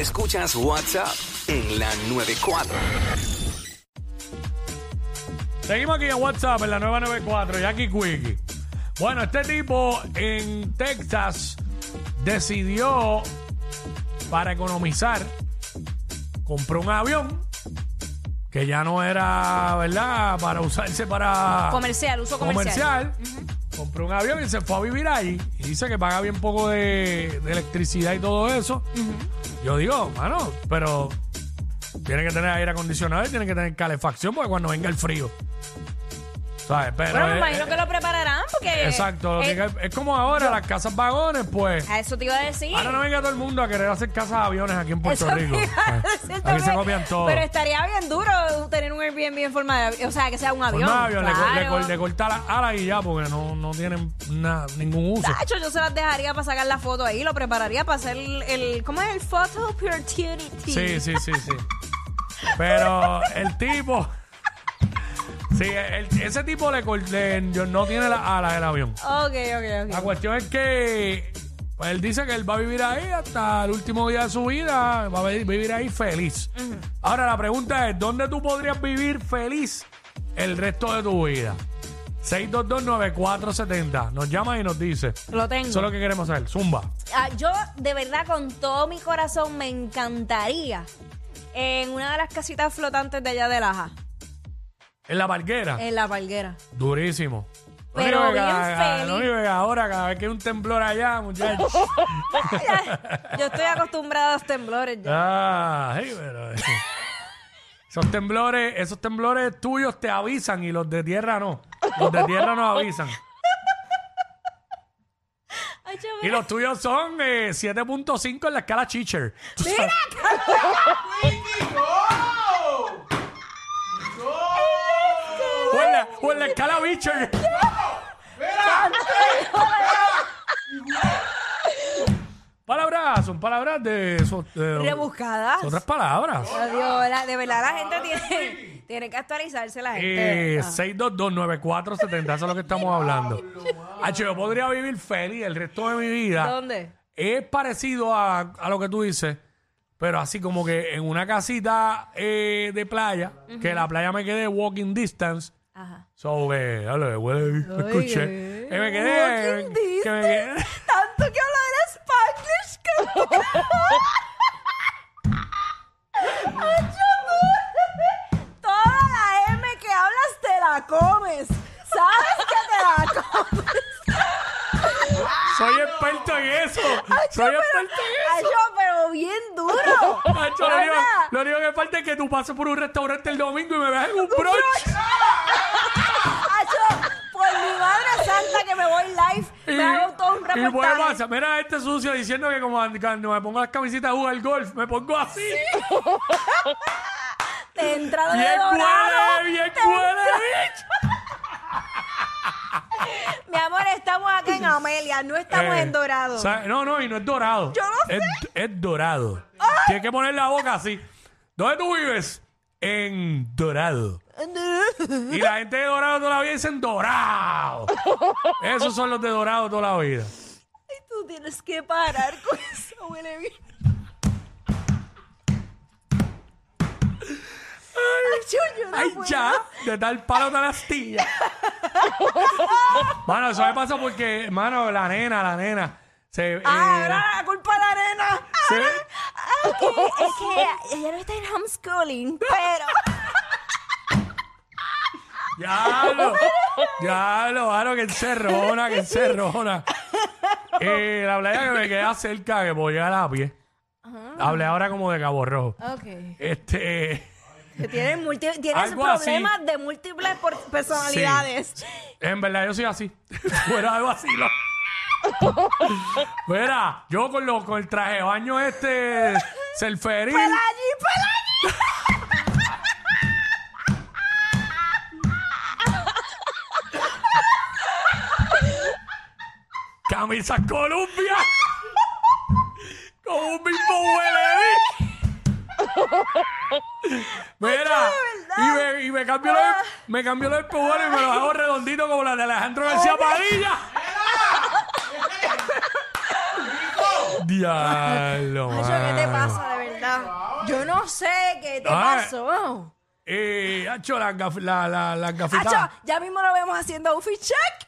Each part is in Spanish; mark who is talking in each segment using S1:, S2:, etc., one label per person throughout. S1: Escuchas WhatsApp en la 94.
S2: Seguimos aquí en WhatsApp en la 994, Jackie Quickie. Bueno, este tipo en Texas decidió, para economizar, compró un avión que ya no era, ¿verdad?, para usarse para
S3: Comercial, uso comercial.
S2: comercial. Compró un avión y se fue a vivir ahí. Y dice que paga bien poco de, de electricidad y todo eso. Yo digo, mano, pero tiene que tener aire acondicionado y tiene que tener calefacción porque cuando venga el frío. ¿Sabes? Pero.
S3: Bueno, me
S2: es-
S3: imagino que lo prepararán porque.
S2: eh, Exacto. lo
S3: eh,
S2: que- es como ahora, las casas vagones, pues.
S3: a eso te iba a decir.
S2: Ahora no venga todo el mundo a querer hacer casas aviones aquí en Puerto
S3: Eso te
S2: Rico. Ah,
S3: iba a
S2: Aquí
S3: decir
S2: se
S3: también.
S2: copian todo.
S3: Pero estaría bien duro tener un Airbnb en forma de avión. O sea, que sea un
S2: Con
S3: avión.
S2: un avión, le co- le,
S3: claro.
S2: co- le corta las alas y ya, porque no, no tienen na- ningún uso.
S3: Tacho, yo se las dejaría para sacar la foto ahí. Lo prepararía para hacer el. el- ¿Cómo es el photo opportunity?
S2: Sí, sí, sí, sí. Pero el tipo. Sí, el- ese tipo le, cor- le- yo- no tiene las alas del avión.
S3: Ok, ok,
S2: La
S3: ok.
S2: cuestión es que. pues, él dice que él va a vivir ahí hasta el último día de su vida. Va a vi- vivir ahí feliz. Ahora la pregunta es: ¿dónde tú podrías vivir feliz el resto de tu vida? 6229470. Nos llama y nos dice.
S3: Lo tengo.
S2: Eso es lo que queremos saber. Zumba.
S3: Ah, yo, de verdad, con todo mi corazón, me encantaría en una de las casitas flotantes de allá de Laja,
S2: En la parguera.
S3: en la palguera.
S2: Durísimo. Lo
S3: Pero
S2: único que
S3: bien
S2: cada-
S3: feliz.
S2: lo único que ahora, cada vez que hay un temblor allá, muchachos.
S3: Yo estoy acostumbrada a los temblores ya.
S2: ah, sí, pero. Esos temblores, esos temblores tuyos te avisan y los de tierra no. Los de tierra no avisan.
S3: Ay,
S2: Y los tuyos son eh, 7.5 en la escala Chicher.
S3: Mira,
S2: O en la, o en la escala Bicher. palabras, son palabras de. Son, de-
S3: rebuscadas.
S2: son otras palabras.
S3: Adiós, la- de verdad la gente tiene, tiene que actualizarse la gente.
S2: Eh,
S3: Ah.
S2: 6229470, eso es lo que estamos hablando. Ah, yo podría vivir feliz el resto de mi vida.
S3: ¿Dónde?
S2: Es parecido a, a lo que tú dices, pero así como que en una casita eh, de playa, que la playa me quede walking distance.
S3: Ajá.
S2: So, eh, dale, huele, escuché.
S3: eh,
S2: Eh, me quedé.
S3: walking
S2: que me quedé-
S3: Tanto que hablar Spanish que Ay, yo no- Toda la M que hablas te la comes. ¿Sabes que te la comes?
S2: Soy experto en eso. Soy experto en
S3: Ay,
S2: eso.
S3: yo, pero bien duro.
S2: Nacho, lo, único,
S3: ¿Verdad?
S2: lo único que falta es que tú pases por un restaurante el domingo y me veas en un brunch.
S3: Acho, por mi madre santa que me voy live, me hago todo un
S2: y voy a
S3: reportaje.
S2: pasar. Mira a este sucio diciendo que como cuando me pongo las camisetas a jugar golf, me pongo así.
S3: Te entra de
S2: Bien
S3: dorado.
S2: cuere, bien cuere, bicho.
S3: Mi amor, estamos acá en Amelia, no estamos
S2: Eh,
S3: en Dorado.
S2: ¿sabe? No, no, y no es dorado.
S3: Yo lo
S2: es, es dorado. Tienes que poner la boca así. ¿Dónde tú vives? En dorado. Y la gente de dorado toda la vida dicen dorado. Esos son los de dorado toda la vida.
S3: Ay, tú tienes que parar con eso, huele bien. Acho, yo no
S2: ¡Ay,
S3: puedo.
S2: ya! De tal palo tal astilla. mano, eso me pasa porque, mano, la nena, la nena. Se, eh,
S3: Ah, ahora la culpa de la arena.
S2: se-
S3: Ahora, que, es que ella no está en homeschooling, pero
S2: Ya lo, ya lo, claro que encerrona, que encerrona. Eh, la playa que me queda cerca, que puedo llegar a pie. Hablé ahora como de Cabo Rojo.
S3: Ok.
S2: Este,
S3: que tiene múlti- tienes
S2: Algo así.
S3: problemas de múltiples por- personalidades.
S2: en verdad yo soy así. Fuera de vacilo. Mira, yo con, lo, con el traje de baño este, selferín.
S3: Allí, para allí.
S2: Camisas Columbia. Con un mismo huele. Mira, y me, y me cambió los,
S3: Ah.
S2: me cambió los espujones y me los hago redonditos como la de Alejandro García Padilla. Diablo,
S3: Nacho, ¿qué te
S2: mano.
S3: pasa, de verdad? Yo no sé qué te
S2: Ah.
S3: pasó.
S2: Eh, hacho, las gaf- la, la, las gafitas.
S3: Nacho, ya mismo lo vemos haciendo un fit check.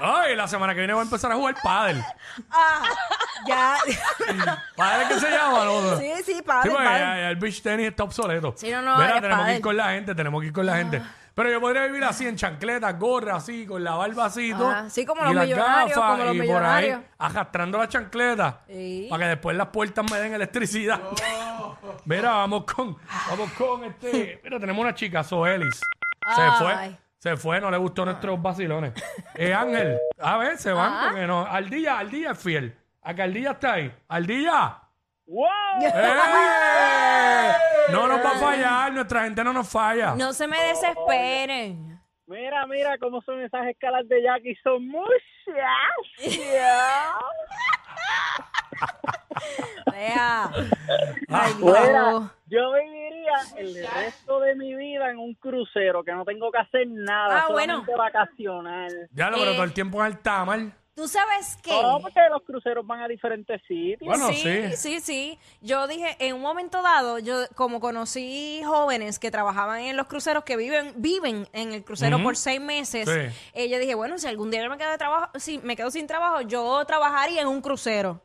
S2: Ay, la semana que viene voy a empezar a jugar pádel.
S3: Ah, ya.
S2: ¿Pádel qué se llama? No?
S3: sí, sí, padre,
S2: Sí, porque
S3: padre.
S2: ya- ya el beach tenis está obsoleto.
S3: Sí, no, no,
S2: Mira,
S3: eres
S2: tenemos que
S3: padre. Ah.
S2: ir con la gente, tenemos que ir con la gente. Pero yo podría vivir así, en chancletas, gorra, así, con la barba así, y todo,
S3: Ajá, sí, como
S2: y
S3: los
S2: las
S3: millonarios,
S2: gafas,
S3: como los
S2: y por
S3: millonarios.
S2: ahí, arrastrando las chancletas,
S3: Sí.
S2: para que después las puertas me den electricidad. Mira, vamos con, vamos con este... Mira, tenemos una chica, Soelis. Se fue,
S3: Ay.
S2: se fue, no le gustó nuestros vacilones. Eh, Ángel, a ver, se van, porque no... Ardilla, Ardilla es fiel. Acá Ardilla está ahí. Ardilla... ¡Eh! No nos va a fallar, nuestra gente no nos falla.
S3: No se me desesperen.
S4: Mira, mira cómo son esas escalas de Jackie, son muchas.
S2: Ah.
S3: Vea. Ay, Dios.
S4: Mira, yo viviría el resto de mi vida en un crucero, que no tengo que hacer nada,
S3: Ah, bueno.
S4: solamente vacacional.
S2: Ya lo, pero
S3: Eh.
S2: todo el tiempo en Altamar.
S3: ¿Tú sabes qué?
S4: No, porque los cruceros van a diferentes sitios.
S2: Bueno, sí.
S3: sí, sí, sí. Yo dije, en un momento dado, yo como conocí jóvenes que trabajaban en los cruceros, que viven viven en el crucero por seis meses,
S2: Sí.
S3: eh, yo dije, bueno, si algún día yo me quedo, de trabajo, si me quedo sin trabajo, yo trabajaría en un crucero.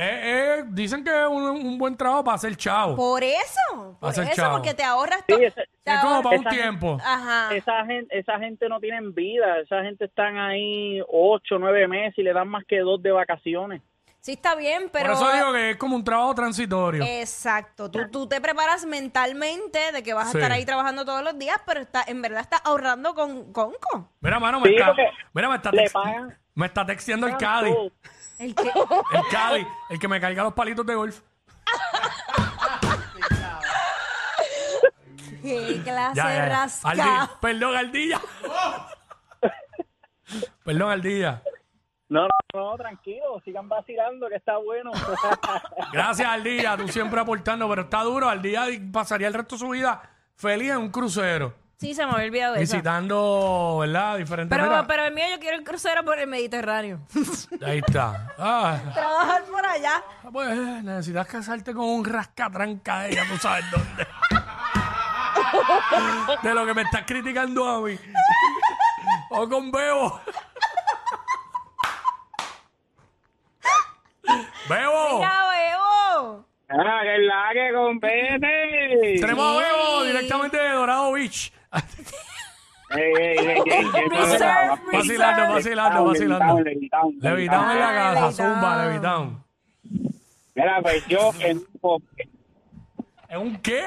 S2: Eh, eh, dicen que es un, un buen trabajo para hacer chavo.
S3: Por eso, por
S2: Hacer
S3: eso,
S2: chavo.
S3: porque te ahorras
S4: Sí,
S3: todo.
S4: ese-
S2: Es como para un
S4: Esa-
S2: tiempo.
S3: Ajá.
S4: Esa gente, esa gente no tienen vida, esa gente están ahí ocho, nueve meses y le dan más que dos de vacaciones.
S3: Sí, está bien, pero. eh,
S2: Por eso digo que es como un trabajo transitorio.
S3: Exacto, tú, tú te preparas mentalmente de que vas a
S2: Sí.
S3: estar ahí trabajando todos los días, pero está, en verdad estás ahorrando con conco.
S2: mira, mano, me
S4: Sí,
S2: está,
S4: porque
S2: mira, me está,
S4: le
S2: tex-
S4: pagan- Ah,
S2: me está texteando el
S4: Pagan
S2: Cádiz.
S4: todo.
S3: El que,
S2: El Cádiz, el que me carga los palitos de golf.
S3: qué clase
S2: Ya, ya, ya.
S3: rasca.
S2: Aldi- perdón, Ardilla. perdón, Ardilla.
S4: No, no, no, tranquilo, sigan vacilando que está bueno.
S2: Gracias al día, tú siempre aportando, pero está duro. Al día pasaría el resto de su vida feliz en un crucero,
S3: Sí, se me había olvidado eso.
S2: visitando, ¿verdad? Diferentes.
S3: Pero,
S2: mira,
S3: pero el mío yo quiero un crucero por el Mediterráneo.
S2: Ahí está. Ah,
S3: Trabajar por allá.
S2: pues necesitas casarte con un rascatranca de ella, tú sabes dónde. De lo que me estás criticando a mí. O con Bebo. Bebo.
S3: ¡Ya veo!
S4: Ah, que la que compete.
S2: Tenemos a Bebo directamente de Dorado Beach.
S4: Ey, ey, ey, ey, ey,
S3: Reserve,
S2: Vacilando,
S3: reserve.
S2: vacilando, vacilando.
S4: Levitando, levitando,
S2: Levitamos en la
S3: Ah,
S2: casa,
S3: Levitown.
S2: zumba, Levitamos.
S4: Mira, pues yo en un bosque,
S2: ¿Es un qué?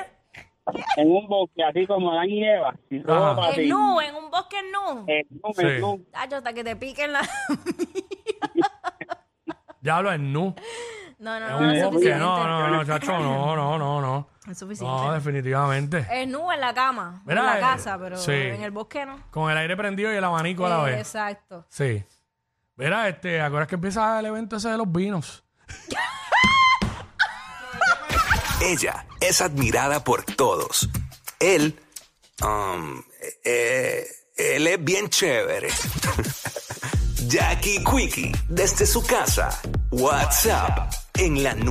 S4: en un bosque así como Dan y Eva, sin
S2: Ajá.
S4: ropa,
S3: En
S4: así.
S3: nu, en un bosque en nu.
S4: En nu,
S2: Sí.
S4: en nu.
S3: Tacho, hasta que te piquen la...
S2: Ya hablo en nu.
S3: No,
S2: Es
S3: no, no,
S2: un
S3: es
S2: bosque.
S3: suficiente.
S2: No, no, no, chacho, no, no, no, no.
S3: Es suficiente.
S2: No, definitivamente.
S3: Es nu en la cama,
S2: Mira,
S3: en la
S2: eh,
S3: casa, pero
S2: sí.
S3: en el bosque no. Eh,
S2: Con el aire prendido y el abanico a la vez.
S3: Exacto.
S2: Sí. Mira, este, acuerdas que empieza el evento ese de los vinos?
S1: Ella es admirada por todos. Él, um, eh, él es bien chévere. Jackie Quickie, desde su casa. WhatsApp, en la